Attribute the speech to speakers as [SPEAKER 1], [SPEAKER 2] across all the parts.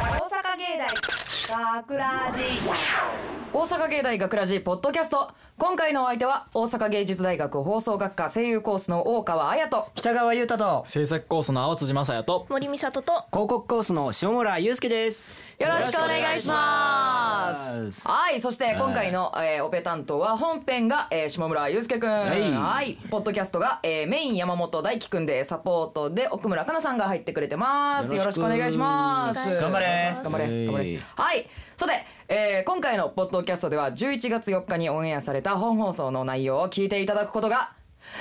[SPEAKER 1] 芸大学ラジ
[SPEAKER 2] 大阪芸大学ラジポッドキャスト今回のお相手は大阪芸術大学放送学科声優コースの大川彩と
[SPEAKER 3] 北川優太と
[SPEAKER 4] 制作コースの青辻正也と
[SPEAKER 5] 森美里と
[SPEAKER 3] 広告コースの下村祐介です
[SPEAKER 2] よろしくお願いしますはいそして今回の、えーオペ担当は本編が、えー下村祐介くん
[SPEAKER 3] い
[SPEAKER 2] はいポッドキャストが、えーメイン山本大輝くんでサポートで奥村かなさんが入ってくれてますよ
[SPEAKER 3] よ
[SPEAKER 2] ろ
[SPEAKER 3] ろ
[SPEAKER 2] し
[SPEAKER 3] し
[SPEAKER 2] く
[SPEAKER 3] く
[SPEAKER 2] お願いします
[SPEAKER 3] 頑張れ
[SPEAKER 2] 頑張れ頑張
[SPEAKER 3] は
[SPEAKER 2] れ
[SPEAKER 3] い
[SPEAKER 2] はいさて、えー今回のポッドキャストでは11月4日にオンエアされた本放送の内容を聞いていただくことが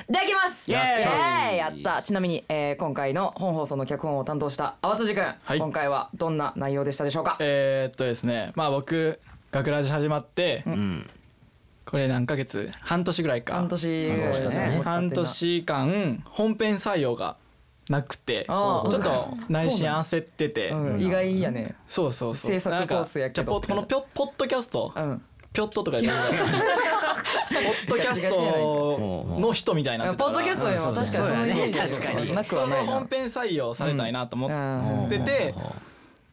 [SPEAKER 2] できます
[SPEAKER 3] イエーイ
[SPEAKER 2] イエーイやったちなみに、えー今回の本放送の脚本を担当した淡辻君、
[SPEAKER 4] はい
[SPEAKER 2] 今回はどんな内容でしたでしょうか
[SPEAKER 4] えー、っとですねまあ僕学ラジ始まって、これ何ヶ月半年ぐらいか
[SPEAKER 2] 半年ぐらいだね
[SPEAKER 4] ね半年間本編採用がなくてち
[SPEAKER 2] あ
[SPEAKER 4] ょ
[SPEAKER 2] ー
[SPEAKER 4] っと内心焦ってて
[SPEAKER 2] うん、意外やね
[SPEAKER 4] そうそうそう
[SPEAKER 2] 制作
[SPEAKER 4] なんか
[SPEAKER 2] コースやけど
[SPEAKER 4] じゃあポこのピョポッドキャスト
[SPEAKER 2] うん
[SPEAKER 4] ピョットと か言ってみたいなポッドキャストの人みたいになってた
[SPEAKER 2] ポ
[SPEAKER 4] から
[SPEAKER 2] ッドキャストでも確かにそのイメージ
[SPEAKER 3] そうそう確かに
[SPEAKER 2] なく
[SPEAKER 4] そ
[SPEAKER 2] は
[SPEAKER 4] う
[SPEAKER 2] な
[SPEAKER 4] そう
[SPEAKER 2] いな
[SPEAKER 4] 本編採用されたいなと思
[SPEAKER 2] うん
[SPEAKER 4] ってて、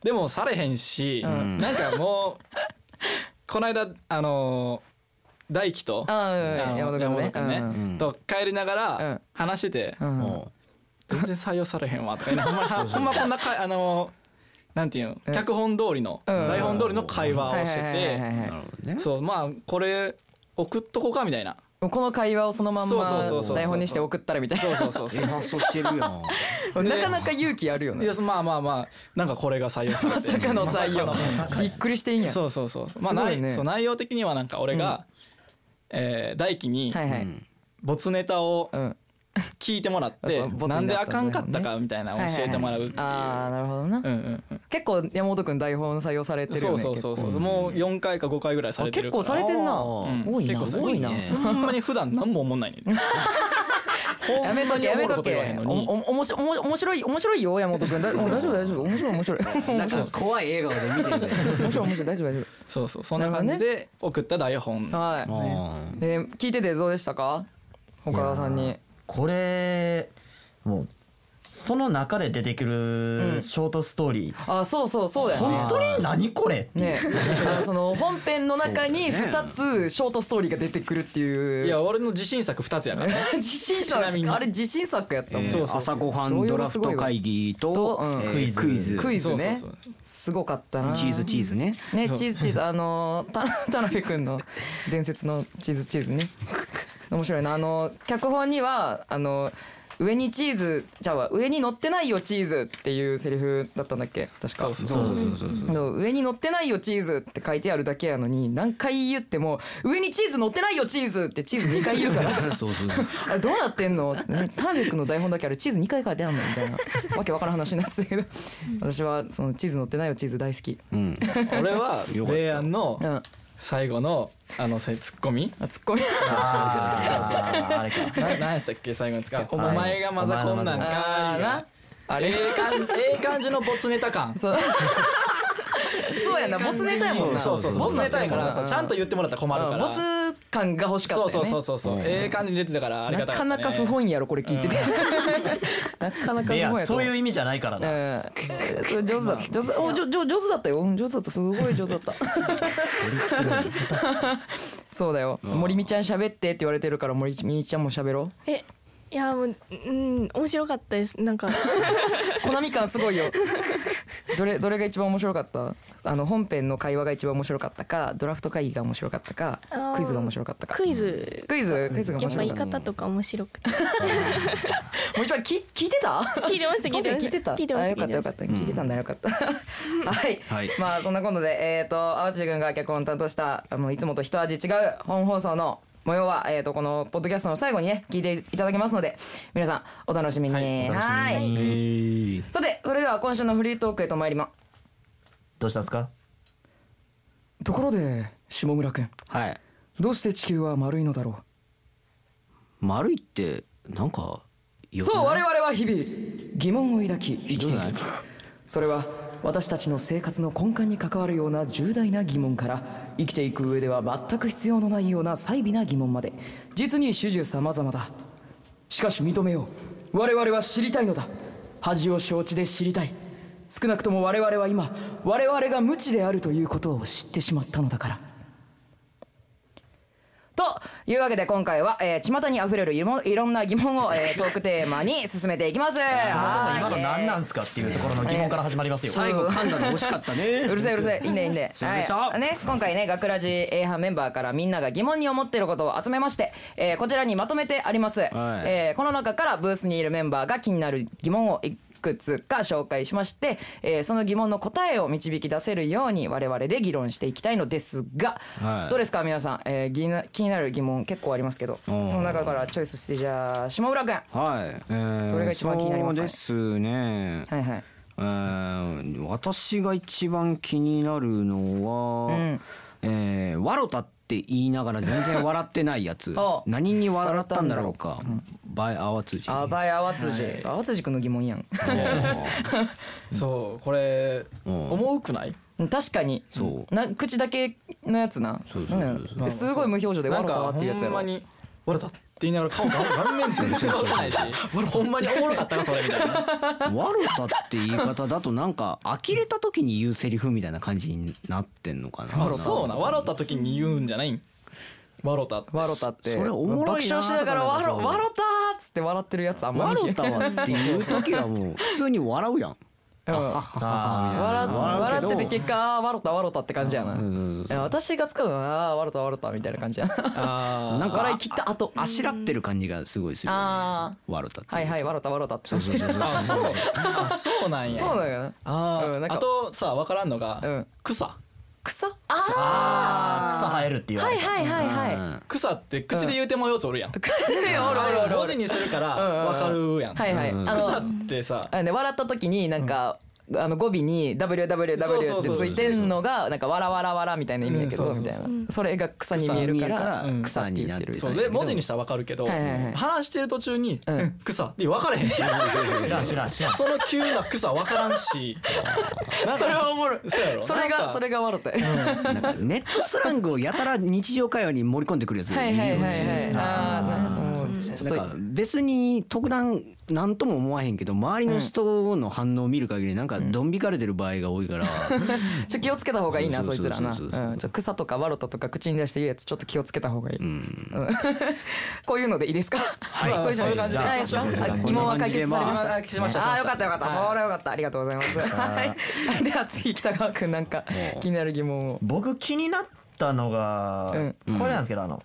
[SPEAKER 4] でもされへんし、
[SPEAKER 2] ん
[SPEAKER 4] なんかもうこの間あのー大輝と
[SPEAKER 2] あーうん
[SPEAKER 4] あの
[SPEAKER 2] 山本君ねうん
[SPEAKER 4] と帰りなが
[SPEAKER 2] う
[SPEAKER 4] ら
[SPEAKER 2] ん
[SPEAKER 4] 話してて、
[SPEAKER 2] うん
[SPEAKER 4] 全然採用されへんわとか言いながらほん まほんまこんなかあのーなんていうの脚本通りの、
[SPEAKER 2] うん
[SPEAKER 4] 台本通りの会話をして
[SPEAKER 2] はいはいはいはい
[SPEAKER 4] て、
[SPEAKER 2] はい
[SPEAKER 3] なるほどね
[SPEAKER 4] そうまあこれ送っとこうかみたいな。
[SPEAKER 2] もうこの会話をそのまん
[SPEAKER 4] そ
[SPEAKER 2] ま
[SPEAKER 4] うそうそうそうそう
[SPEAKER 2] 台本にして送ったらみた いな
[SPEAKER 4] そうそうそうそう
[SPEAKER 3] え発想してるやん
[SPEAKER 2] なかなか勇気あるよ
[SPEAKER 4] い
[SPEAKER 2] ね
[SPEAKER 4] やまあまあまあなんかこれが採用され て
[SPEAKER 2] まさかの採用びっくりしていいんや
[SPEAKER 4] そうそうそうそうまあ、
[SPEAKER 2] すごい
[SPEAKER 4] 内
[SPEAKER 2] ね
[SPEAKER 4] そう内容的にはなんか俺が、えー大輝に
[SPEAKER 2] はいはい、
[SPEAKER 4] 没ネタを
[SPEAKER 2] うん、
[SPEAKER 4] 聞いてもらっ
[SPEAKER 2] あ
[SPEAKER 4] て、
[SPEAKER 2] そう没ネタ
[SPEAKER 4] なんであかんかったかみたいなのを教えてもらうっていう、
[SPEAKER 2] ああなるほどな、
[SPEAKER 4] うんうんうん
[SPEAKER 2] 結構山本君台本採用されてるよ
[SPEAKER 4] そ
[SPEAKER 2] ね
[SPEAKER 4] うそうそうそ
[SPEAKER 2] 結
[SPEAKER 4] う
[SPEAKER 2] 構
[SPEAKER 4] もう4回か5回ぐらいされてるから
[SPEAKER 2] あ結構されてんな
[SPEAKER 4] うん
[SPEAKER 2] 多いな
[SPEAKER 4] 結構
[SPEAKER 2] 多いな
[SPEAKER 4] ほんまに普段何も思んないねん ほ
[SPEAKER 2] やめ
[SPEAKER 4] ん
[SPEAKER 2] とけ
[SPEAKER 4] まに
[SPEAKER 2] や
[SPEAKER 4] お
[SPEAKER 2] め
[SPEAKER 4] もろ
[SPEAKER 2] と
[SPEAKER 4] いこと言わへ
[SPEAKER 2] け
[SPEAKER 4] んの
[SPEAKER 2] お
[SPEAKER 4] に
[SPEAKER 2] おおもしおも面白い面白いよ山本君だ大丈夫大丈夫面白い面白い
[SPEAKER 3] なんか怖い笑顔で見てるね
[SPEAKER 2] 面白い面白い大丈夫大丈
[SPEAKER 4] そうそうそんな感じで送った台本、
[SPEAKER 2] 夫はい、
[SPEAKER 6] うん
[SPEAKER 2] えー聞いててどうでしたか岡田さんに
[SPEAKER 6] これもうその中で出て
[SPEAKER 2] う
[SPEAKER 6] く
[SPEAKER 2] ん
[SPEAKER 6] るショートストーリー、
[SPEAKER 2] あそうそうそうだよね
[SPEAKER 6] 本当に何これ
[SPEAKER 2] ねだからその本編の中に2つショートストーリーが出てくるっていう
[SPEAKER 4] いや俺の自信作2つやから ね
[SPEAKER 2] 自信
[SPEAKER 4] ちなみに
[SPEAKER 2] 作あれ自信作やったもん、
[SPEAKER 3] えー
[SPEAKER 4] そうそうそう
[SPEAKER 3] 朝ごはんドラフト会議
[SPEAKER 2] と
[SPEAKER 3] と
[SPEAKER 2] うん
[SPEAKER 3] えー
[SPEAKER 6] クイズ
[SPEAKER 3] クイズ
[SPEAKER 2] クイズね
[SPEAKER 4] そうそうそう
[SPEAKER 2] すごかったな
[SPEAKER 3] チーズチーズね
[SPEAKER 2] ねチーズチーズあのーた 田辺君の伝説のチーズチーズね面白いなあのー脚本にはあのー上にチーズじゃあ上に乗ってないよチーズっていうセリフだったんだっけ確か
[SPEAKER 4] そうそうそう
[SPEAKER 2] の上に乗ってないよチーズって書いてあるだけやのに何回言っても上にチーズ乗ってないよチーズってチーズ2回言うから
[SPEAKER 3] そうそうそう
[SPEAKER 2] あれどうなってんのつってね田辺君の台本だけあれチーズ2回書いてあんのみたいなわけわからん話になってたけど私はそのチーズ乗ってないよチーズ大好き
[SPEAKER 3] うん
[SPEAKER 4] 俺はレイアンの
[SPEAKER 2] うん
[SPEAKER 4] 最後のあのせツッコミ
[SPEAKER 2] あツッコミ
[SPEAKER 6] あれか
[SPEAKER 4] な何やったっけ最後に使う「お
[SPEAKER 6] はい
[SPEAKER 4] 前がまざこんなん
[SPEAKER 2] あー
[SPEAKER 4] か」
[SPEAKER 2] ない
[SPEAKER 4] あれええ感ええ感じのボツネタ感
[SPEAKER 2] そうそうやなボツネタやもんな
[SPEAKER 4] そうそうそうボツネタやからさちゃんと言ってもらったら困るか
[SPEAKER 2] あ
[SPEAKER 4] ら
[SPEAKER 2] ボツ感が欲しか
[SPEAKER 4] そ
[SPEAKER 2] っ
[SPEAKER 4] う
[SPEAKER 2] た
[SPEAKER 4] そ
[SPEAKER 2] よ
[SPEAKER 4] う
[SPEAKER 2] ね
[SPEAKER 4] そうそうそうええ感じに出てたからありが
[SPEAKER 2] な
[SPEAKER 4] たか
[SPEAKER 2] か
[SPEAKER 4] ったね
[SPEAKER 2] なか不本意やろこれ聞いてて なかなか不本
[SPEAKER 6] い
[SPEAKER 2] 意や
[SPEAKER 6] や
[SPEAKER 2] と
[SPEAKER 6] そ
[SPEAKER 2] 思
[SPEAKER 6] ういう意味じゃないからな、
[SPEAKER 2] うんそれ上手だった上手おじょじょ上手だったようん上手だったすごい上手だった そうだよ森美ちゃん喋ってって言われてるから森美ちゃんも喋ろ
[SPEAKER 5] えいやもううん面白かったですな んか
[SPEAKER 2] うコナミ感すごいよどれどれが一番面白かったあの本編の会話が一番面白かったかドラフト会議が面白かったか
[SPEAKER 5] あー
[SPEAKER 2] クイズが面白かったか
[SPEAKER 5] クイズ
[SPEAKER 2] クイズクイズが面
[SPEAKER 5] やっぱ
[SPEAKER 2] 白
[SPEAKER 5] 言い
[SPEAKER 2] かった
[SPEAKER 5] 方とか面白くて
[SPEAKER 2] もう一番聞聞いてた
[SPEAKER 5] 聞いてました 聞
[SPEAKER 2] 今
[SPEAKER 5] いて
[SPEAKER 2] 回
[SPEAKER 5] まし
[SPEAKER 2] 聞いてた
[SPEAKER 5] た聞いてま
[SPEAKER 2] あ
[SPEAKER 5] し
[SPEAKER 2] よ
[SPEAKER 5] た
[SPEAKER 2] かったよかった聞いてたんだよかったはい、
[SPEAKER 3] はい
[SPEAKER 2] まあそんなことでえっ、と淡路君が脚本を担当したあのいつもと一味違う本放送の模様は、えー、とこのポッドキャストの最後にね聞いていただけますので皆さんお楽しみにはいさてそれでは今週のフリートークへと参りま
[SPEAKER 6] どうしたんですか
[SPEAKER 2] ところで下村君
[SPEAKER 3] はい
[SPEAKER 2] どうして地球は丸いのだろ
[SPEAKER 3] 丸いってなんか
[SPEAKER 2] う
[SPEAKER 3] よく
[SPEAKER 2] そう
[SPEAKER 3] ない
[SPEAKER 2] 我々は日々疑問を抱き生きてい
[SPEAKER 3] よ
[SPEAKER 2] る
[SPEAKER 3] くない
[SPEAKER 2] それは私たちの生活の根幹に関わるような重大な疑問から生きていく上では全く必要のないような細微な疑問まで実に種々様々だしかし認めよう我々は知りたいのだ恥を承知で知りたい少なくとも我々は今我々が無知であるということを知ってしまったのだからというわけで今回は、えー、巷にあふれるいろいろんな疑問を、えー、トークテーマに進めていきます
[SPEAKER 6] そもそも
[SPEAKER 2] はい
[SPEAKER 6] 今の何なんすかっていうところの疑問から始まりますよ。
[SPEAKER 3] 最後噛んだの惜しかったね
[SPEAKER 2] うるせえうる せえいいねいいね
[SPEAKER 3] すいませんでした
[SPEAKER 2] はいね今回ね学ラジ A 班メンバーからみんなが疑問に思っていることを集めまして、えーこちらにまとめてあります、えーこの中からブースにいるメンバーが気になる疑問をいくつか紹介しまして、えーその疑問の答えを導き出せるように我々で議論していきたいのですが、
[SPEAKER 3] はい
[SPEAKER 2] どうですか皆さん、えー気にな気になる疑問結構ありますけどこの中からチョイスしてじゃあ下村君
[SPEAKER 3] はい、えー
[SPEAKER 2] どれが一番気になりますかね
[SPEAKER 3] そうですね、
[SPEAKER 2] はいはい
[SPEAKER 3] えー私が一番気になるのは、
[SPEAKER 2] ん
[SPEAKER 3] えーわろたって言いながら全然笑ってないやつ
[SPEAKER 2] お
[SPEAKER 3] 何に笑ったんだろうかバイアワツジ
[SPEAKER 2] あばいあわつじ、あわつじくんの疑問やん
[SPEAKER 4] そうこれ
[SPEAKER 3] うん
[SPEAKER 4] 重くない
[SPEAKER 2] 確かに
[SPEAKER 3] そう
[SPEAKER 2] な口だけのやつな
[SPEAKER 3] そうそうそう
[SPEAKER 2] うんすごい無表情で
[SPEAKER 4] な
[SPEAKER 2] 笑
[SPEAKER 4] ん
[SPEAKER 2] った
[SPEAKER 4] か
[SPEAKER 2] なっていうやつ
[SPEAKER 4] ほ
[SPEAKER 2] や
[SPEAKER 4] ん
[SPEAKER 2] ろ
[SPEAKER 4] まに笑ったって言いながら顔が顔面全然笑ってないしほんまにおもろかったなそれみたいな
[SPEAKER 3] わろたって言い方だとなんか呆れた時に言うセリフみたいな感じになってんのかな
[SPEAKER 4] そうなん笑った時に言うんじゃないん笑ったって
[SPEAKER 2] 笑ったって
[SPEAKER 3] それおもろいな
[SPEAKER 2] 爆笑しながら
[SPEAKER 3] とかなんか
[SPEAKER 2] 笑
[SPEAKER 3] そう
[SPEAKER 2] 笑ったーっつって笑ってるやつあんま
[SPEAKER 3] わ
[SPEAKER 2] り
[SPEAKER 3] ろたはっていう時はもう普通に笑うやん
[SPEAKER 2] 笑
[SPEAKER 3] 笑うけど
[SPEAKER 2] 笑ってて結果あー笑った笑ったって感じやな
[SPEAKER 3] うん
[SPEAKER 2] いや私が使うのはあー笑った笑ったみたいな感じやな
[SPEAKER 4] あ
[SPEAKER 3] なんか
[SPEAKER 2] 笑い切った後
[SPEAKER 3] あしらってる感じがすごいするよね
[SPEAKER 2] あ
[SPEAKER 3] わろたって
[SPEAKER 2] はいはい笑った笑ったって
[SPEAKER 3] そうそうそうそう
[SPEAKER 4] ーあそうあそうなんや
[SPEAKER 2] そうだよな
[SPEAKER 4] あー、
[SPEAKER 2] うんなんか
[SPEAKER 4] あとさ分からんのが、
[SPEAKER 2] うん
[SPEAKER 4] 草
[SPEAKER 2] 草あ
[SPEAKER 6] 草生えるっていう
[SPEAKER 2] ーはいはいはいはい
[SPEAKER 3] うん
[SPEAKER 4] 草って口で言うてもうやつおるやん、
[SPEAKER 2] おるおるおるお
[SPEAKER 4] 文
[SPEAKER 2] る
[SPEAKER 4] 字にするから
[SPEAKER 2] うんうん
[SPEAKER 4] 分かるやん、
[SPEAKER 2] はいはいあの
[SPEAKER 4] 草ってさ
[SPEAKER 2] あのね笑った時になんか、あの語尾に WWW
[SPEAKER 4] そう
[SPEAKER 2] っ
[SPEAKER 4] そう
[SPEAKER 2] て
[SPEAKER 4] そう
[SPEAKER 2] ついてんのがなんかわらわらわらみたいな意味だけど
[SPEAKER 4] うんそう
[SPEAKER 2] みたい
[SPEAKER 4] そうそう
[SPEAKER 2] なそれが草に見えるから
[SPEAKER 3] うん
[SPEAKER 2] 草って言ってる
[SPEAKER 3] 草
[SPEAKER 4] そう
[SPEAKER 3] は
[SPEAKER 4] で
[SPEAKER 3] い
[SPEAKER 4] 文字にしたら分かるけど、
[SPEAKER 2] はいはいはい
[SPEAKER 4] 話してる途中に
[SPEAKER 2] ん
[SPEAKER 4] 「うん草」って分からへんし
[SPEAKER 6] 知らん知らん知らん。
[SPEAKER 4] その急な草分からんしそれはおもろいそうやろ
[SPEAKER 2] それ
[SPEAKER 4] なん
[SPEAKER 2] が
[SPEAKER 4] か
[SPEAKER 2] それが笑ったよ
[SPEAKER 3] なんかネットスラングをやたら日常会話に盛り込んでくるやついる
[SPEAKER 2] は
[SPEAKER 3] よ
[SPEAKER 2] いはいはいはい
[SPEAKER 3] ね。
[SPEAKER 2] あーなるほどち
[SPEAKER 3] な
[SPEAKER 2] ょ
[SPEAKER 3] ん
[SPEAKER 2] っ
[SPEAKER 3] か別に特段何とも思わへんけど周りの人の反応を見る限りなんかドン引かれてる場合が多いから
[SPEAKER 2] とちょ気をつけた方がいいな
[SPEAKER 3] そ
[SPEAKER 2] そうい
[SPEAKER 3] そうそ
[SPEAKER 2] つ
[SPEAKER 3] う
[SPEAKER 2] らな
[SPEAKER 3] そうそうそう
[SPEAKER 2] うんちょ草とか笑ったとか口に出して言うやつちょっと気をつけた方がいいうん こういうのでいいですか
[SPEAKER 6] い
[SPEAKER 2] こういうのでいい
[SPEAKER 6] じゃあ
[SPEAKER 2] ですか
[SPEAKER 6] じゃあじゃあ
[SPEAKER 2] あ疑問は解決されました
[SPEAKER 4] あしましたしました
[SPEAKER 2] あーよかったよかった、それよかったありがとうございますはい では次北川くんなんか気になる疑問を
[SPEAKER 6] 僕気になったのが、これなんですけどあの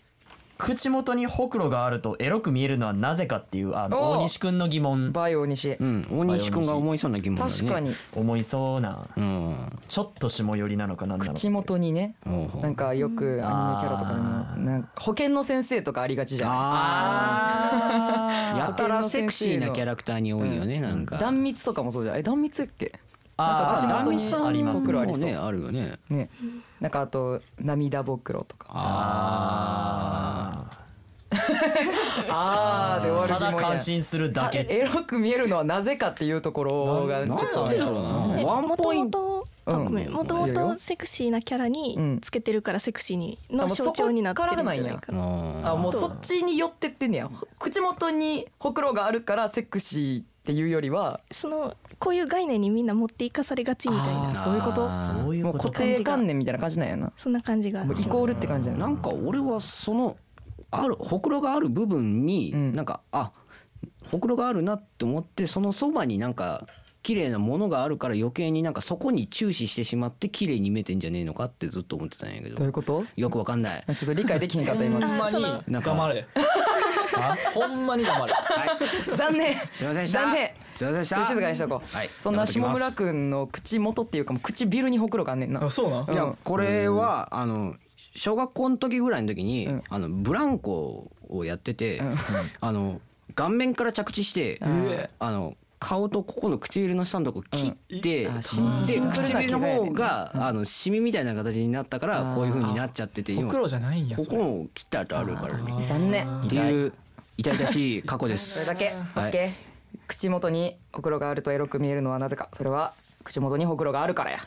[SPEAKER 6] 口元にほくろがあるとエロく見えるのはなぜかっていうあ
[SPEAKER 2] お
[SPEAKER 6] の
[SPEAKER 2] う
[SPEAKER 6] 大西くんの疑問
[SPEAKER 2] バイオ西、
[SPEAKER 3] うん大西君が思いそうな疑問だね
[SPEAKER 2] 確かに
[SPEAKER 6] 思いそうな
[SPEAKER 3] うん
[SPEAKER 6] ちょっと下寄りなのかなんだろう
[SPEAKER 2] 口元にね
[SPEAKER 3] ほうほう
[SPEAKER 2] なんかよくアニメキャラとかで
[SPEAKER 6] あ
[SPEAKER 2] もなんか保険の先生とかありがちじゃない
[SPEAKER 3] あーやたらセクシーなキャラクターに多いよねなんか
[SPEAKER 2] 断蜜とかもそうじゃないえ断蜜やっけ
[SPEAKER 6] あー
[SPEAKER 2] なんか口元に
[SPEAKER 3] さん
[SPEAKER 6] あります
[SPEAKER 2] ほくろあり
[SPEAKER 3] も
[SPEAKER 2] そう
[SPEAKER 3] ねあるよね
[SPEAKER 2] ねなんかあと涙ぼくろとか
[SPEAKER 6] あ
[SPEAKER 2] あーで終わる
[SPEAKER 6] ーただ感
[SPEAKER 2] 疑問や
[SPEAKER 6] 心するだけ
[SPEAKER 2] エロく見えるのはなぜかっていうところがちょ
[SPEAKER 3] な
[SPEAKER 2] っ
[SPEAKER 3] ん
[SPEAKER 2] と
[SPEAKER 3] でやろうなワンポイント
[SPEAKER 5] とあ
[SPEAKER 2] うん
[SPEAKER 5] ごめんもとも
[SPEAKER 2] いいよ
[SPEAKER 5] とセクシーなキャラにつけてるからセクシーに
[SPEAKER 2] あ
[SPEAKER 5] の
[SPEAKER 2] もう
[SPEAKER 5] 象徴になってるんじゃない
[SPEAKER 2] そこ
[SPEAKER 5] かな
[SPEAKER 2] あもうそっちに寄ってってんねやほ口元にほくろがあるからセクシーっていうよりは
[SPEAKER 5] そのこういう概念にみんな持っていかされがちみたい
[SPEAKER 2] あー
[SPEAKER 5] な
[SPEAKER 2] そういうこと
[SPEAKER 6] そういう
[SPEAKER 2] もう
[SPEAKER 6] こ
[SPEAKER 2] 固
[SPEAKER 6] と
[SPEAKER 2] 定観念みたいな感じなんやな
[SPEAKER 5] そんな感じが
[SPEAKER 2] もうイコールって感じやな
[SPEAKER 3] なんか俺はそのあるほくろがある部分に、
[SPEAKER 2] ん
[SPEAKER 3] なんかあほくろがあるなって思ってそのそばになんか綺麗なものがあるから余計になんかそこに注視してしまって綺麗に見えてんじゃねえのかってずっと思ってたんやけ
[SPEAKER 2] どうい
[SPEAKER 3] ど
[SPEAKER 2] うこと
[SPEAKER 3] よくわかんない。
[SPEAKER 2] ちょっと理解できひんかった今
[SPEAKER 4] ほんま
[SPEAKER 5] そ
[SPEAKER 4] に
[SPEAKER 5] の
[SPEAKER 3] なんか
[SPEAKER 4] 黙れほんまに黙れ
[SPEAKER 2] 残念
[SPEAKER 3] すいませんでした。
[SPEAKER 2] 残念
[SPEAKER 3] すいませんでし
[SPEAKER 2] ちょ
[SPEAKER 3] た。
[SPEAKER 2] っと静かにしとこう、
[SPEAKER 3] はい
[SPEAKER 2] そんな下村くんの口元っていうかもう唇にほくろがあんねんな
[SPEAKER 4] あそうなん
[SPEAKER 3] いやこれはあの小学校の時ぐらいの時に、
[SPEAKER 2] うん
[SPEAKER 3] あのブランコをやってて、あの顔面から着地して、
[SPEAKER 4] ん
[SPEAKER 3] あの顔とここの唇の下のとこ切って、
[SPEAKER 2] あシンシ
[SPEAKER 3] で
[SPEAKER 2] ンプルな怪我やね
[SPEAKER 3] 唇の方が、あのシミみたいな形になったからこういう風になっちゃってて
[SPEAKER 4] ほ
[SPEAKER 3] 今
[SPEAKER 4] く
[SPEAKER 3] こ
[SPEAKER 4] ろじゃないんやそ
[SPEAKER 3] こ
[SPEAKER 4] れ
[SPEAKER 3] も切った跡あるからね
[SPEAKER 2] 残念
[SPEAKER 3] っていう痛々しい過去 で
[SPEAKER 2] それ
[SPEAKER 3] す
[SPEAKER 2] だ。け、
[SPEAKER 3] はい
[SPEAKER 2] OK 口元にほくろがあるとエロく見えるのはなぜかそれは口元にほくろがあるからや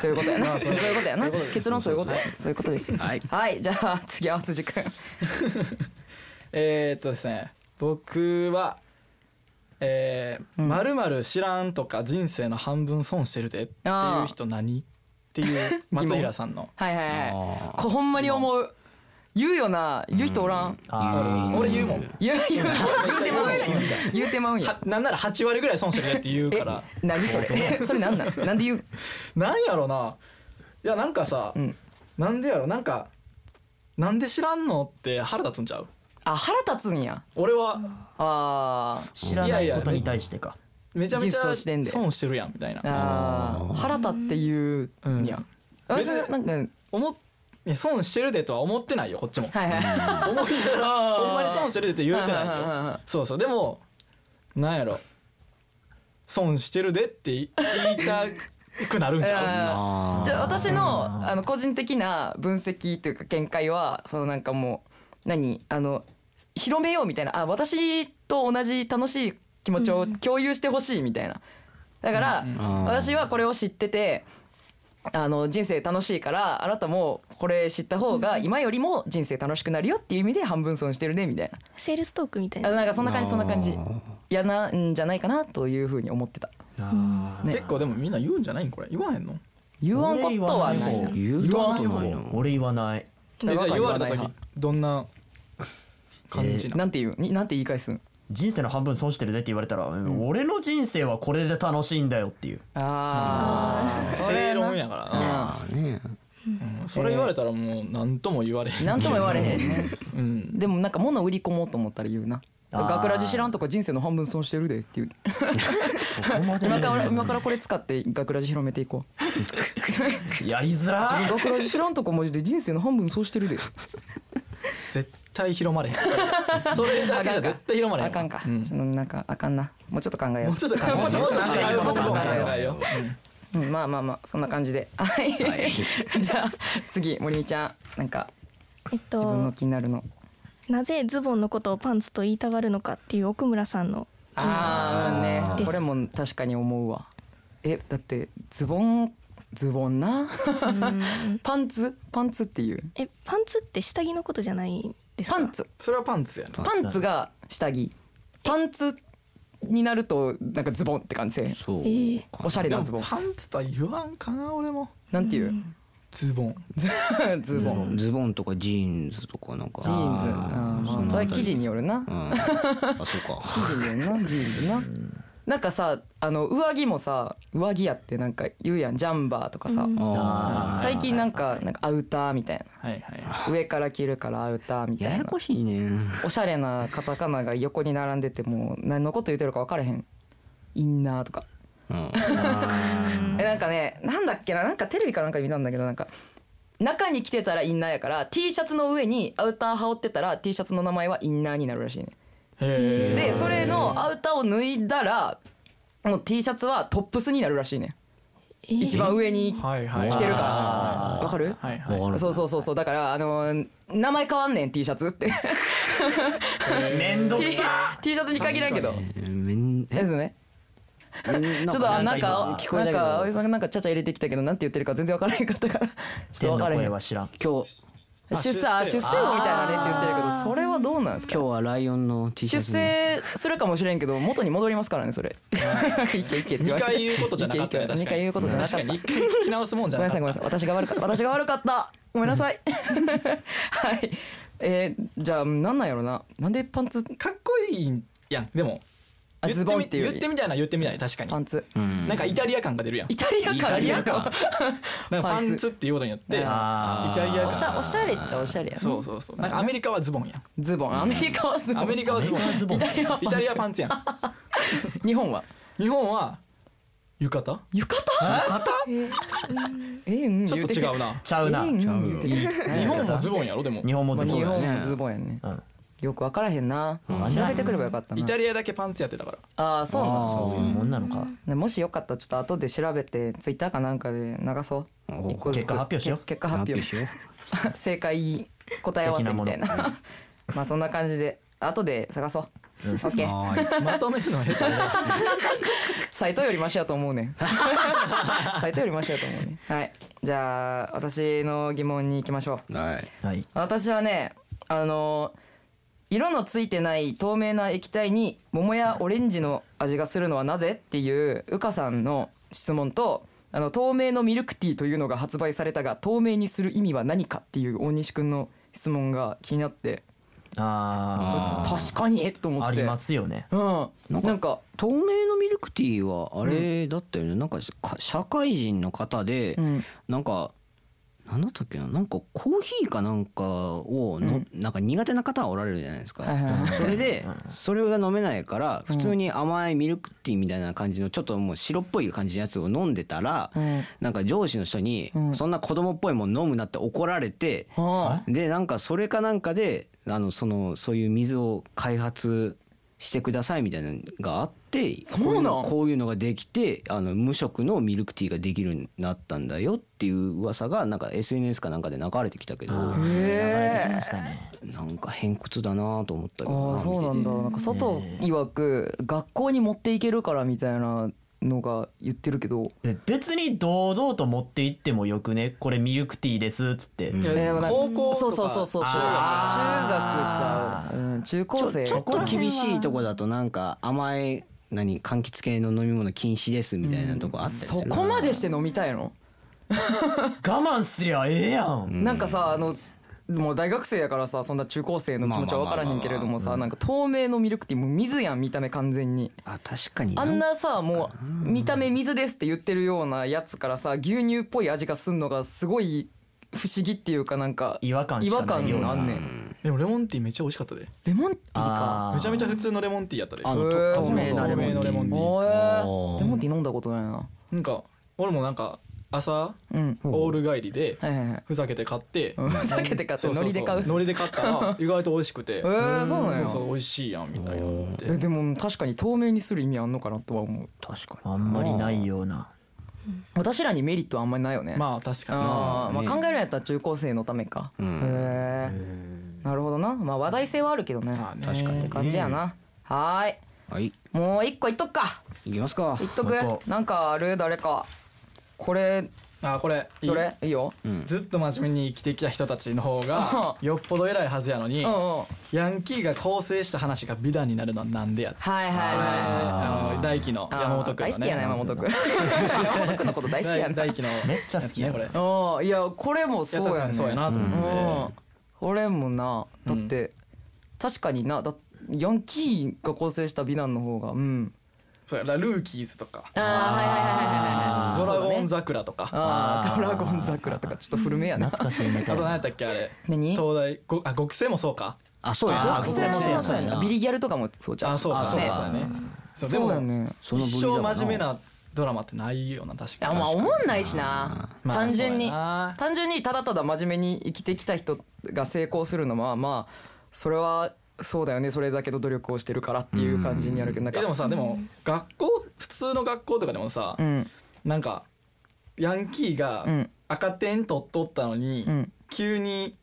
[SPEAKER 2] ということやなそういうことやな結論そういうことやそういうことです
[SPEAKER 3] はい
[SPEAKER 2] はいじゃあ次は辻君
[SPEAKER 4] えー、っとですね僕はえー「まるまる知らん」とか「人生の半分損してるで」っていう人何っ ていう松平さんの
[SPEAKER 2] はいはいはいこほんまに思う言うよな言う人おらん
[SPEAKER 6] あ
[SPEAKER 4] 俺言うもん
[SPEAKER 2] 言う 言う言うてまうんや言うてまうんや
[SPEAKER 4] はなんなら8割ぐらい損してるねって言う
[SPEAKER 2] え
[SPEAKER 4] から
[SPEAKER 2] 何それそれなんなんなんで言う
[SPEAKER 4] なんやろないやなんかさ、
[SPEAKER 2] うん
[SPEAKER 4] なんでやろなんかなんで知らんのって腹立つんちゃう
[SPEAKER 2] あ腹立つんや
[SPEAKER 4] 俺は
[SPEAKER 2] あー
[SPEAKER 6] 知らないことに対してか
[SPEAKER 4] めちゃめち
[SPEAKER 2] 実
[SPEAKER 4] ゃ
[SPEAKER 2] 装してんで
[SPEAKER 4] 損してるやんみたいな
[SPEAKER 2] あー腹立って言うんや
[SPEAKER 4] うん
[SPEAKER 2] 私なんかはい
[SPEAKER 4] 思っいや損してるでとは思ってないよこっちも
[SPEAKER 2] はい
[SPEAKER 4] 思いながら
[SPEAKER 2] あー
[SPEAKER 4] ほんまに損してるでって言うてな
[SPEAKER 2] は
[SPEAKER 4] い
[SPEAKER 2] いはいはいはい
[SPEAKER 4] よそうそうでもなんやろ損してるでって言いたくなる んちゃう
[SPEAKER 2] あー
[SPEAKER 3] あ
[SPEAKER 2] じゃあ私のあの個人的な分析というか見解はそのなんかもう何あの広めようみたいなあ私と同じ楽しい気持ちを共有してほしいみたいなだから、
[SPEAKER 3] ん
[SPEAKER 2] 私はこれを知っててあの人生楽しいからあなたもこれ知った方が今よりも人生楽しくなるよっていう意味で半分損してるねみたいな
[SPEAKER 5] セールストークみたい
[SPEAKER 2] あ
[SPEAKER 5] な
[SPEAKER 2] なんかそんな感じそんな感じ嫌なんじゃないかなというふうに思ってた
[SPEAKER 6] あ
[SPEAKER 2] ね
[SPEAKER 4] 結構でもみんな言うんじゃないんこれ言わへんの
[SPEAKER 2] 言わんことはないな
[SPEAKER 6] 俺
[SPEAKER 3] 言う
[SPEAKER 6] 言
[SPEAKER 3] と
[SPEAKER 6] わない
[SPEAKER 3] な
[SPEAKER 6] 方
[SPEAKER 3] いの
[SPEAKER 6] 俺言わない
[SPEAKER 4] えじゃあ言われた
[SPEAKER 2] 言わない
[SPEAKER 4] 時
[SPEAKER 2] 派
[SPEAKER 4] どんな感じなの
[SPEAKER 2] なんて言うになんて言い返すん
[SPEAKER 6] 人生の半分損してるぜって言われたら、俺の人生はこれで楽しいんだよっていう
[SPEAKER 2] ああ
[SPEAKER 4] 正論やからな
[SPEAKER 3] あーね
[SPEAKER 4] うんそれ言われたらもう何とも言われへん
[SPEAKER 2] なんとも言われへんね
[SPEAKER 4] うん
[SPEAKER 2] でもなんか物売り込もうと思ったら言うな「
[SPEAKER 6] あー
[SPEAKER 2] 学ラジ知らんとか人生の半分損してるで」って言う
[SPEAKER 6] そこまで
[SPEAKER 2] 今から今からこれ使って学ラジ広めていこう
[SPEAKER 6] やりづらい
[SPEAKER 2] 学ラジ知らんとかマジで人生の半分損してるで
[SPEAKER 4] 絶対 広まれへんそれだけじゃ絶対広まれへん
[SPEAKER 2] あかんか、
[SPEAKER 4] うん
[SPEAKER 2] そのなんかあかんなもうちょっと考えよ
[SPEAKER 4] もうちょっと考えよう
[SPEAKER 2] もうちょっと考えよう
[SPEAKER 4] も
[SPEAKER 2] も
[SPEAKER 4] う
[SPEAKER 2] う
[SPEAKER 4] ち
[SPEAKER 2] ちょっと
[SPEAKER 4] ょっと考
[SPEAKER 2] 考
[SPEAKER 4] え
[SPEAKER 2] え
[SPEAKER 4] よ
[SPEAKER 2] よ
[SPEAKER 4] ううん
[SPEAKER 2] う、うん、まあまあまあそんな感じではい じゃあ次森美ちゃんなんか
[SPEAKER 5] えっ
[SPEAKER 2] 自分の
[SPEAKER 5] と
[SPEAKER 2] 気になるの
[SPEAKER 5] なぜズボンのことをパンツと言いたがるのかっていう奥村さんの
[SPEAKER 2] ああね
[SPEAKER 5] です
[SPEAKER 2] これも確かに思うわえだってズボンズボンな パンツパンツっていう
[SPEAKER 5] えパンツって下着のことじゃないんですか
[SPEAKER 2] パンツ
[SPEAKER 4] それはパンツやな
[SPEAKER 2] パンツが下着パンツになるとなんかズボンって感じで
[SPEAKER 3] そう
[SPEAKER 5] えー
[SPEAKER 2] おしゃれ
[SPEAKER 4] で
[SPEAKER 2] なズボ
[SPEAKER 4] も
[SPEAKER 2] ン
[SPEAKER 4] パンツとは言わんかな俺も
[SPEAKER 2] なんていう
[SPEAKER 4] ズボン
[SPEAKER 2] ズボン
[SPEAKER 3] ズボンとかジーンズとかなんか
[SPEAKER 2] ジーンズあーまあそれは生地によるな
[SPEAKER 3] うんあ そうか
[SPEAKER 2] 生地によるなジーンズななんかさあの上着もさ上着やってなんか言うやんジャンバーとかさ
[SPEAKER 3] あー
[SPEAKER 2] 最近なんかなんかアウターみたいな
[SPEAKER 4] はいはい
[SPEAKER 2] 上から着るからアウターみた
[SPEAKER 3] や
[SPEAKER 2] い
[SPEAKER 3] や
[SPEAKER 2] な
[SPEAKER 3] こしいね
[SPEAKER 2] おしゃれなカタカナが横に並んでてもう何のこと言ってるか分からへんインナーとか
[SPEAKER 3] うん
[SPEAKER 2] えなんかねなんだっけななんかテレビかなんかで見たんだけどなんか中に着てたらインナーやから T シャツの上にアウター羽織ってたら T シャツの名前はインナーになるらしいね
[SPEAKER 4] へ
[SPEAKER 2] でそれのアウターを脱いだらもう T シャツはトップスになるらしいね
[SPEAKER 5] えー
[SPEAKER 2] 一番上に
[SPEAKER 4] えはいはい
[SPEAKER 2] 着てるから
[SPEAKER 6] あ
[SPEAKER 2] わかる
[SPEAKER 4] はいはい
[SPEAKER 3] わかる
[SPEAKER 2] そうそうそうそうだからあのー名前変わんねん T シャツって
[SPEAKER 6] めんど
[SPEAKER 2] T
[SPEAKER 6] くさ
[SPEAKER 2] T シャツに限らんけど
[SPEAKER 3] えーめんえ
[SPEAKER 2] ですね
[SPEAKER 3] う ん
[SPEAKER 2] ちょっとあなん
[SPEAKER 6] なん
[SPEAKER 2] か
[SPEAKER 6] か
[SPEAKER 3] 聞こえ
[SPEAKER 2] なん
[SPEAKER 3] たけど
[SPEAKER 2] か葵さんがなんかちゃちゃ入れてきたけどなんて言ってるか全然わからへんかったからちょっと
[SPEAKER 6] 天
[SPEAKER 2] わ
[SPEAKER 6] の
[SPEAKER 2] からへ
[SPEAKER 6] 声
[SPEAKER 2] ん
[SPEAKER 6] は知らん
[SPEAKER 3] 今日
[SPEAKER 2] 出
[SPEAKER 4] 出世
[SPEAKER 2] 世あ出世王みたいなねって言ってるけどそれはどうなんですか
[SPEAKER 3] 今日はライオンの T シャ
[SPEAKER 2] 出
[SPEAKER 3] ツに
[SPEAKER 2] 世するかもしれんけど元に戻りますからねそれいけいけって
[SPEAKER 4] 二
[SPEAKER 2] 言われ
[SPEAKER 4] 回言うことじゃなかったよ
[SPEAKER 2] 二回言うことじゃなかった
[SPEAKER 4] 確かに一回聞き直すもんじゃ
[SPEAKER 2] ごめん
[SPEAKER 4] な
[SPEAKER 2] な
[SPEAKER 4] か
[SPEAKER 2] さい
[SPEAKER 4] っ
[SPEAKER 2] ごめんなさい私が悪かった私が悪かったごめんなさいはいえーじゃあなんなんやろななんでパンツ
[SPEAKER 4] たかっこいいやんでも
[SPEAKER 2] あズボンっていうよ
[SPEAKER 4] 言
[SPEAKER 2] り
[SPEAKER 4] ってみたいな言ってみたい確かに
[SPEAKER 2] パンツ
[SPEAKER 3] うん
[SPEAKER 4] なんかイタリア感が出るやん
[SPEAKER 2] イタリア
[SPEAKER 4] イ
[SPEAKER 2] 感
[SPEAKER 4] タリア感なんかパンツっていうことによってイタリ
[SPEAKER 6] あー
[SPEAKER 4] ア
[SPEAKER 2] おしゃ
[SPEAKER 4] 感
[SPEAKER 2] おしゃれっちゃおしゃれやね
[SPEAKER 4] そうそうそうなんかアメリカはズボンやん
[SPEAKER 2] ズボンアメリカはズボン
[SPEAKER 4] アメリカはズボンイ
[SPEAKER 6] ボン
[SPEAKER 2] イタリアはパンツ
[SPEAKER 4] タリアパンツやん
[SPEAKER 2] 日本は
[SPEAKER 4] 日本は浴衣
[SPEAKER 2] 浴衣えーうん
[SPEAKER 4] ちょっと違うな
[SPEAKER 6] ちゃうな
[SPEAKER 2] えーうん言うてる
[SPEAKER 4] 日本もズボンやろでも
[SPEAKER 6] 日本も
[SPEAKER 2] ま
[SPEAKER 6] ズ
[SPEAKER 2] あ
[SPEAKER 6] ボン
[SPEAKER 2] 日
[SPEAKER 6] だ
[SPEAKER 2] 本
[SPEAKER 6] ね
[SPEAKER 2] もズボンやね
[SPEAKER 6] うん
[SPEAKER 2] よく分からへんな調べてくればよかったな
[SPEAKER 4] イタリアだけパンツやってたから
[SPEAKER 2] ああそうなんだ
[SPEAKER 6] そうそうそんなのか
[SPEAKER 2] ねもしよかったらちょっと後で調べてツイッターかなんかで流そう
[SPEAKER 3] お
[SPEAKER 2] 一個ずつ
[SPEAKER 6] 結果発表しよう
[SPEAKER 2] け結果発表
[SPEAKER 3] しよ
[SPEAKER 2] 正解答え合わせみたいな
[SPEAKER 6] 的な
[SPEAKER 2] まあそんな感じで後で探そうオッケー
[SPEAKER 4] まとめるの下手だ
[SPEAKER 2] サイトよりマシやと思う ねんサイトよりマシやと思うねんはいじゃあ私の疑問に行きましょう
[SPEAKER 3] うはい
[SPEAKER 6] はい
[SPEAKER 2] 私はねあの色のついてない透明な液体に桃やオレンジの味がするのはなぜっていううかさんの質問とあの透明のミルクティーというのが発売されたが透明にする意味は何かっていう大西くんの質問が気になって
[SPEAKER 6] あー
[SPEAKER 2] 確かにと思って
[SPEAKER 6] ありますよね
[SPEAKER 2] うん、なんか
[SPEAKER 3] 透明のミルクティーはあれだったよね、なんかか社会人の方で、
[SPEAKER 2] うん
[SPEAKER 3] なんかなんだったっけななんかコーヒーかなんかをの、なんか苦手な方はおられるじゃないですか、
[SPEAKER 2] はいはいはい
[SPEAKER 3] それでそれが飲めないから普通に甘いミルクティーみたいな感じのちょっともう白っぽい感じのやつを飲んでたら、
[SPEAKER 2] うん
[SPEAKER 3] なんか上司の人に、
[SPEAKER 2] ん
[SPEAKER 3] そんな子供っぽいもん飲むなって怒られて、
[SPEAKER 2] は
[SPEAKER 3] でなんかそれかなんかであのそのそういう水を開発してくださいみたいなのがあって
[SPEAKER 2] そうなん
[SPEAKER 3] こいのこういうのができてあの無色のミルクティーができるようになったんだよっていう噂がなんか SNS かなんかで流れてきたけど
[SPEAKER 6] あ
[SPEAKER 3] な
[SPEAKER 2] へ
[SPEAKER 6] ー
[SPEAKER 2] ー
[SPEAKER 6] 流れてきましたね
[SPEAKER 3] んか偏屈だなと思ったけど
[SPEAKER 2] ああ
[SPEAKER 3] な
[SPEAKER 2] そうな
[SPEAKER 3] 見
[SPEAKER 2] ん
[SPEAKER 3] てて
[SPEAKER 2] だなんか佐藤曰く学校に持っていけるからみたいなのが言ってるけど
[SPEAKER 6] え別に堂々と持って行ってもよくねこれミルクティーですっつって、
[SPEAKER 4] い や
[SPEAKER 2] えーなんか
[SPEAKER 4] 高校とか
[SPEAKER 2] そうそうそうそう中学
[SPEAKER 6] あー
[SPEAKER 2] ちゃう、うん、中高生
[SPEAKER 3] ちょっと厳しいとこだとなんか甘い何柑橘系の飲み物禁止ですみたいなとこあったりす
[SPEAKER 2] そ
[SPEAKER 3] る、
[SPEAKER 2] こまでして飲みたいの、
[SPEAKER 6] 我慢すりゃええやん、
[SPEAKER 2] なんかさあのもう大学生やからさそんな中高生の気持ちは分からへんけれどもさなんか透明のミルクティーもう水やん見た目完全に
[SPEAKER 3] あ確かに
[SPEAKER 2] あんなさもう見た目水ですって言ってるようなやつからさ牛乳っぽい味がすんのがすごい不思議っていうかなんか
[SPEAKER 6] 違和感し
[SPEAKER 2] 違
[SPEAKER 6] か
[SPEAKER 2] 和
[SPEAKER 6] ないよう
[SPEAKER 2] 感
[SPEAKER 6] な
[SPEAKER 2] あんねん
[SPEAKER 4] でもレモンティーめっちゃ美味しかったで
[SPEAKER 2] レモンティー
[SPEAKER 6] あ
[SPEAKER 2] か
[SPEAKER 6] ー
[SPEAKER 4] めちゃめちゃ普通のレモンティーやったで
[SPEAKER 3] あ
[SPEAKER 2] へ
[SPEAKER 3] の
[SPEAKER 2] ー
[SPEAKER 3] 透明なレ
[SPEAKER 4] 透
[SPEAKER 3] モン
[SPEAKER 4] 明のレモンティー
[SPEAKER 2] おー
[SPEAKER 3] ー
[SPEAKER 2] レモンティー飲んだことないな
[SPEAKER 4] なんか俺もなんか朝
[SPEAKER 2] うん
[SPEAKER 4] オール帰りで
[SPEAKER 2] はいはいはい
[SPEAKER 4] ふざけて買って
[SPEAKER 2] うんふざけて買って
[SPEAKER 4] そうそうそう
[SPEAKER 2] ノリで買う
[SPEAKER 4] ノリで買っ たら意外と美味しくて
[SPEAKER 2] えーそうなんや
[SPEAKER 4] そうそう美味しいやんみたいな思って
[SPEAKER 2] えでも確かに透明にする意味あんのかなとは思う
[SPEAKER 3] 確かに
[SPEAKER 6] あんまりないような
[SPEAKER 2] 私らにメリットはあんまりないよね
[SPEAKER 4] まあ確かに
[SPEAKER 2] あーまあ
[SPEAKER 3] ね
[SPEAKER 2] 考えるんやったら中高生のためか、へえなるほどなまあ話題性はあるけどね
[SPEAKER 4] まあね
[SPEAKER 2] 確かにって感じやな、はーい
[SPEAKER 3] はい
[SPEAKER 2] もう一個いっとくか
[SPEAKER 3] いきますか
[SPEAKER 2] いっと
[SPEAKER 6] 本
[SPEAKER 2] くなんかある誰かこれ
[SPEAKER 4] あこれいい
[SPEAKER 2] どれいいよ、うん、
[SPEAKER 4] ずっと真面目に生きてきた人たちの方がよっぽど偉いはずやのに
[SPEAKER 2] うんうん
[SPEAKER 4] ヤンキーが構成した話が美談になるのはなんでやって
[SPEAKER 2] はいはいはい
[SPEAKER 4] あの大輝の
[SPEAKER 2] あー
[SPEAKER 4] 山本君
[SPEAKER 2] 大
[SPEAKER 4] の
[SPEAKER 2] 好きやな
[SPEAKER 4] ね
[SPEAKER 2] 山本 君 山本君のこと大好きや
[SPEAKER 4] 大
[SPEAKER 2] な
[SPEAKER 4] 大輝の
[SPEAKER 6] めっちゃ好きや
[SPEAKER 4] ねこれ
[SPEAKER 2] おーいやこれも
[SPEAKER 4] や
[SPEAKER 2] そ
[SPEAKER 4] っ
[SPEAKER 2] う
[SPEAKER 4] た
[SPEAKER 2] や
[SPEAKER 4] ら
[SPEAKER 2] ね
[SPEAKER 4] そうやなと思
[SPEAKER 2] う
[SPEAKER 4] っ
[SPEAKER 2] ん俺もなだって、確かになだヤンキーが構成した美男の方がうん
[SPEAKER 4] てそうやだからルーキーズとか
[SPEAKER 2] ああ
[SPEAKER 4] ドラゴ
[SPEAKER 2] 桜
[SPEAKER 4] ン桜とか
[SPEAKER 2] あードラゴン桜とかちょっと古めやな
[SPEAKER 6] 懐かしいネ
[SPEAKER 4] あ
[SPEAKER 6] タ
[SPEAKER 4] と何やったっけあれ
[SPEAKER 2] 何
[SPEAKER 4] 東大ごあ極星もそうか
[SPEAKER 3] あそうや
[SPEAKER 6] あ
[SPEAKER 3] な
[SPEAKER 6] ー僕たち
[SPEAKER 2] そうやなビリギャルとかもそうじゃん
[SPEAKER 4] あそうか
[SPEAKER 2] あ
[SPEAKER 4] そう
[SPEAKER 2] ね
[SPEAKER 4] だねそうで
[SPEAKER 2] そうや
[SPEAKER 4] も
[SPEAKER 2] ね
[SPEAKER 3] その
[SPEAKER 4] 一生真面目なドラマってないよな確
[SPEAKER 2] いや
[SPEAKER 4] かに
[SPEAKER 2] まあ思んないしな
[SPEAKER 4] まあ
[SPEAKER 2] 単純
[SPEAKER 4] そう
[SPEAKER 2] に
[SPEAKER 4] やな
[SPEAKER 2] 単純にただただ真面目に生きてきた人が成功するのはまあそれはそうだよねそれだけど努力をしてるからっていう感じになるけどなん
[SPEAKER 4] え
[SPEAKER 2] か
[SPEAKER 4] でもさでも学校普通の学校とかでもさ
[SPEAKER 2] うん
[SPEAKER 4] なんかヤンキーが
[SPEAKER 2] うん
[SPEAKER 4] 赤点取っとったのに、
[SPEAKER 2] うん
[SPEAKER 4] 急に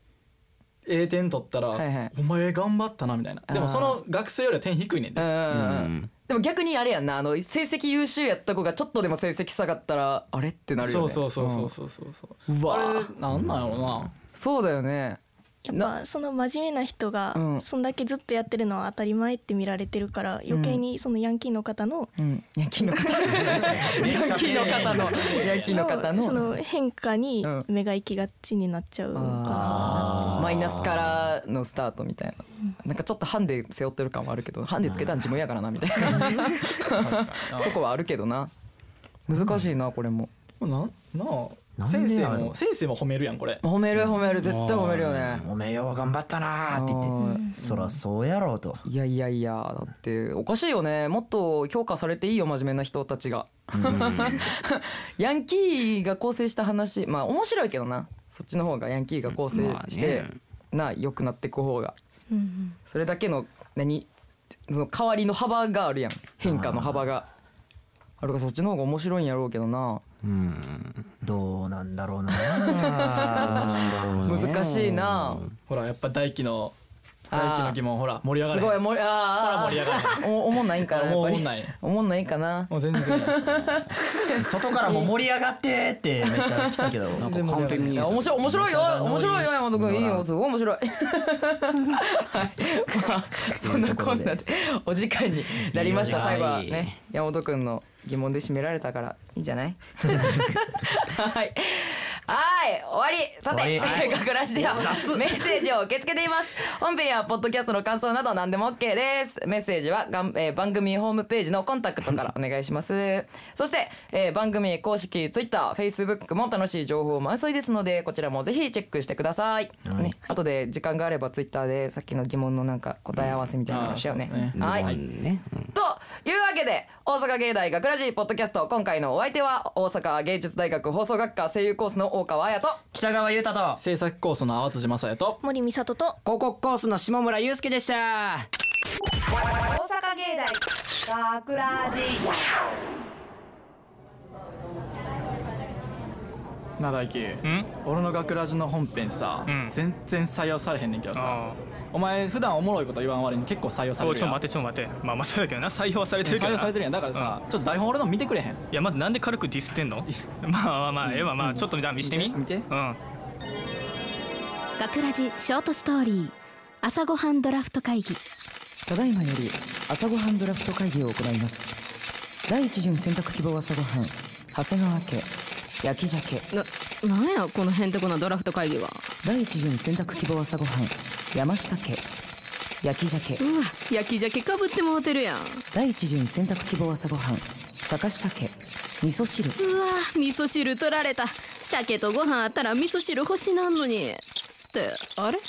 [SPEAKER 4] A 点取ったら「
[SPEAKER 2] はいはい
[SPEAKER 4] お前頑張ったな」みたいなでも
[SPEAKER 2] あー
[SPEAKER 4] その学生よりは点低いねん
[SPEAKER 2] う
[SPEAKER 4] で、
[SPEAKER 2] んでも逆にあれやんなあの成績優秀やった子がちょっとでも成績下がったらあれってなるよ
[SPEAKER 4] そう
[SPEAKER 2] ね
[SPEAKER 4] そうそうそ
[SPEAKER 2] ん
[SPEAKER 4] うそうそうそう
[SPEAKER 2] わ
[SPEAKER 4] あれなんなんやろうな
[SPEAKER 2] そうだよね
[SPEAKER 5] やっぱその真面目な人が
[SPEAKER 2] うん
[SPEAKER 5] そんだけずっとやってるのは当たり前って見られてるから余計にそのヤンキーの方の
[SPEAKER 2] うんヤンキーの方ヤンキーの方のヤンキーの方の
[SPEAKER 5] その変化に
[SPEAKER 2] うん
[SPEAKER 5] 目が行きがちになっちゃうかな
[SPEAKER 2] マイナスからのスタートみたいななんかちょっとハンデ背負ってる感はあるけどハンデつけたん自分やからなみたいなとこはあるけどな難しいなこれも
[SPEAKER 4] ななあ
[SPEAKER 6] なん
[SPEAKER 4] 先
[SPEAKER 6] で
[SPEAKER 4] 生
[SPEAKER 6] やろ
[SPEAKER 4] も先生も褒めるやんこれ
[SPEAKER 2] 褒める褒める絶対褒めるよね
[SPEAKER 6] おめえよう頑張ったなーって言ってそらそうやろうと
[SPEAKER 2] いやいやいやだっておかしいよねもっと評価されていいよ真面目な人たちが ヤンキーが構成した話まあ面白いけどなそっちの方がヤンキーが構成して、
[SPEAKER 3] まあね
[SPEAKER 2] な良くなってく方が
[SPEAKER 5] うんうん
[SPEAKER 2] それだけの何その変わりの幅があるやん変化の幅があるからそっちの方が面白いんやろうけどな
[SPEAKER 6] どうな んだろうな
[SPEAKER 2] 難しいな
[SPEAKER 4] ほらやっぱ大輝の来期の疑問ほら盛り上が
[SPEAKER 2] す
[SPEAKER 4] れ
[SPEAKER 2] ごい
[SPEAKER 4] へん
[SPEAKER 2] 盛りあ
[SPEAKER 4] 盛り上 が
[SPEAKER 2] あおおもんないんかなやっぱり
[SPEAKER 4] おもんない
[SPEAKER 2] おもんないんかな
[SPEAKER 4] もう全然
[SPEAKER 6] 外からも盛り上がってってめっちゃ来た けど
[SPEAKER 3] なんかカンペ見
[SPEAKER 2] い
[SPEAKER 3] え
[SPEAKER 2] や
[SPEAKER 3] た
[SPEAKER 2] 面白い面白いよ面白いよ山本君いいよすごい面白いはいまあそんなこんなでお時間になりました
[SPEAKER 3] いい
[SPEAKER 2] 最後
[SPEAKER 3] よ
[SPEAKER 2] は
[SPEAKER 3] は
[SPEAKER 2] ね
[SPEAKER 3] い
[SPEAKER 2] 山本君の疑問で締められたからいいんじゃない はいはい終わりさて
[SPEAKER 6] 終わり
[SPEAKER 2] 「学ラジ」ではメッセージを受け付けています本編やポッドキャストの感想など何でも OK ですメッセージはがん、えー番組ホームページのコンタクトからお願いします そして、えー番組公式 TwitterFacebook も楽しい情報満載ですのでこちらもぜひチェックしてください、ね、後で時間があれば Twitter でさっきの疑問のなんか答え合わせみたいなのしようね,、
[SPEAKER 4] うんあーそうです
[SPEAKER 2] はい、
[SPEAKER 3] ね、
[SPEAKER 2] というわけで大阪芸大学ラジポッドキャスト今回のお相手は大阪芸術大学放送学科声優コースの大川彩と
[SPEAKER 6] 北川悠太と
[SPEAKER 4] 制作コースの淡辻正也と
[SPEAKER 5] 森美里と
[SPEAKER 3] 広告コースの下村祐介でした
[SPEAKER 1] 大阪芸大学ラジ
[SPEAKER 4] なだいき俺の学ラジの本編さ、
[SPEAKER 7] うん
[SPEAKER 4] 全然採用されへんねんけどさ
[SPEAKER 7] あ
[SPEAKER 4] お前普段おもろいこと言わん割に結構採用さ
[SPEAKER 7] あ
[SPEAKER 4] れ
[SPEAKER 7] おい
[SPEAKER 4] る
[SPEAKER 7] ちょ
[SPEAKER 4] や
[SPEAKER 7] っ
[SPEAKER 4] ん
[SPEAKER 7] と待ってちょっと待ってまあまあそうだけどな採用はされてるけ
[SPEAKER 4] 採
[SPEAKER 7] ど
[SPEAKER 4] 用
[SPEAKER 7] な
[SPEAKER 4] されてるやんだからさ、ちょっと台本俺の見てくれへん
[SPEAKER 7] いやまずなんで軽くディスってんのまあまあまあ、ええわまあちょっと見た見してみ
[SPEAKER 4] 見て見て
[SPEAKER 7] うん
[SPEAKER 8] 学ラジショートストーリー朝ごはんドラフト会議
[SPEAKER 2] ただいまより朝ごはんドラフト会議を行います第一巡選択希望朝ごはん長谷川家焼き鮭
[SPEAKER 9] ななんやこのへんてこなドラフト会議は
[SPEAKER 2] 第一巡選択希望朝ごはん山下家焼き鮭
[SPEAKER 9] うわ焼き鮭かぶってもうてるやんう
[SPEAKER 2] 第一巡選択希望朝ごはん坂下家味噌汁
[SPEAKER 9] わ味噌汁取られた鮭とご飯あったら味噌汁欲しなんのにってあれ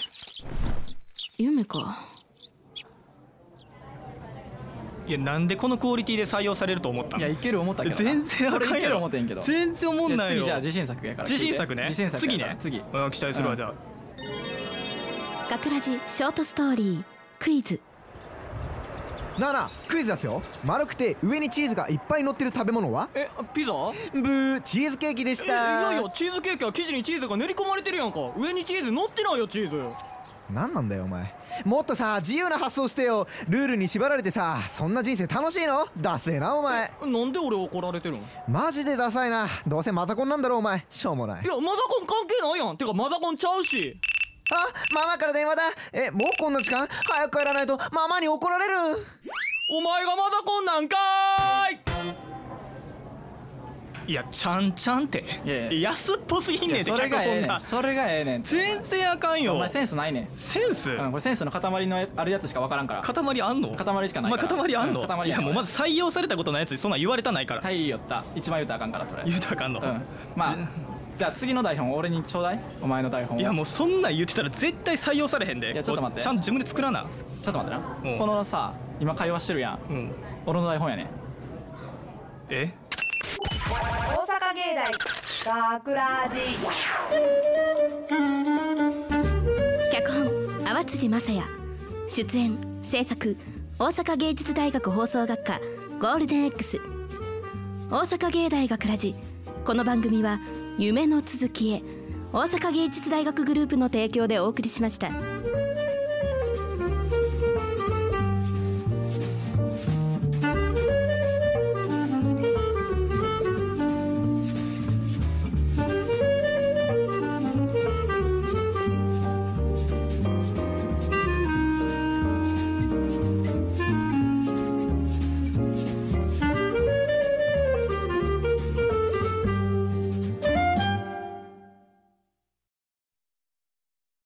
[SPEAKER 9] 夢か
[SPEAKER 7] いやなんでこのクオリティで採用されると思った
[SPEAKER 4] いや
[SPEAKER 7] の
[SPEAKER 4] いける思ったけどな
[SPEAKER 7] 全然
[SPEAKER 4] こ
[SPEAKER 7] あ
[SPEAKER 4] れ
[SPEAKER 7] かんやろ
[SPEAKER 4] いける思ってんけど
[SPEAKER 7] 全然思んない
[SPEAKER 4] 次
[SPEAKER 7] よ
[SPEAKER 4] じゃあ自信作やから
[SPEAKER 7] 自信作ね
[SPEAKER 4] 自信作
[SPEAKER 7] 次
[SPEAKER 4] やか
[SPEAKER 7] ね
[SPEAKER 4] ら次
[SPEAKER 7] うん期待する
[SPEAKER 4] う
[SPEAKER 7] わ
[SPEAKER 4] ん
[SPEAKER 7] じゃあ
[SPEAKER 8] 学ラジショートストーリークイズ
[SPEAKER 10] なあなあクイズ出すよ丸くて上にチーズがいっぱい乗ってる食べ物は
[SPEAKER 11] えピザ
[SPEAKER 10] ブーチーズケーキでし
[SPEAKER 11] いや
[SPEAKER 10] た
[SPEAKER 11] いやチーズケーキは生地にチーズが練り込まれてるやんか上にチーズ乗ってないよチーズ
[SPEAKER 10] 何なんだよお前もっとさ自由な発想してよルールに縛られてさそんな人生楽しいのダセえなお前
[SPEAKER 11] なんで俺怒られてるんい
[SPEAKER 10] マジでダサいなどうせマザコンなんだろお前しょうもない
[SPEAKER 11] やマザコン関係ないやんてかマザコンちゃうし
[SPEAKER 10] あママから電話だえもうこんな時間早く帰らないとママに怒られる
[SPEAKER 11] お前がマザコンなんかーい
[SPEAKER 7] いやちゃんちゃんって
[SPEAKER 4] いやいや
[SPEAKER 7] 安っぽすぎん
[SPEAKER 4] い
[SPEAKER 7] ねん
[SPEAKER 4] や
[SPEAKER 7] て
[SPEAKER 4] それがええ
[SPEAKER 7] 脚
[SPEAKER 4] ね
[SPEAKER 7] 本
[SPEAKER 4] んそれがええねん
[SPEAKER 7] 全然あかん
[SPEAKER 4] お
[SPEAKER 7] よ
[SPEAKER 4] 前センスないねん、
[SPEAKER 7] センス
[SPEAKER 4] うん、これセンスの塊のあるやつしか分からんから
[SPEAKER 7] 塊あんの
[SPEAKER 4] 塊しかない
[SPEAKER 7] お
[SPEAKER 4] から
[SPEAKER 7] 前塊あんの
[SPEAKER 4] うん塊や
[SPEAKER 7] いやもうまず採用されたことないやつにそんなん言われたないから
[SPEAKER 4] はい言った一番言うたらあかんからそれ
[SPEAKER 7] 言うたらあかんの
[SPEAKER 4] うんまあじゃあ次の台本俺にちょうだいお前の台本を
[SPEAKER 7] いやもうそんなん言ってたら絶対採用されへんで
[SPEAKER 4] いやちょっと待って
[SPEAKER 7] こうちゃんと自分で作らな
[SPEAKER 4] ちょっと待ってな、
[SPEAKER 7] うん
[SPEAKER 4] このさ今会話してるやん
[SPEAKER 7] うん
[SPEAKER 4] 俺の台本やねん
[SPEAKER 7] え
[SPEAKER 1] 大阪芸大学ラジ
[SPEAKER 8] 脚本淡辻正也出演制作大阪芸術大学放送学科ゴールデン X 大阪芸大学ラジこの番組は夢の続きへ大阪芸術大学グループの提供でお送りしました。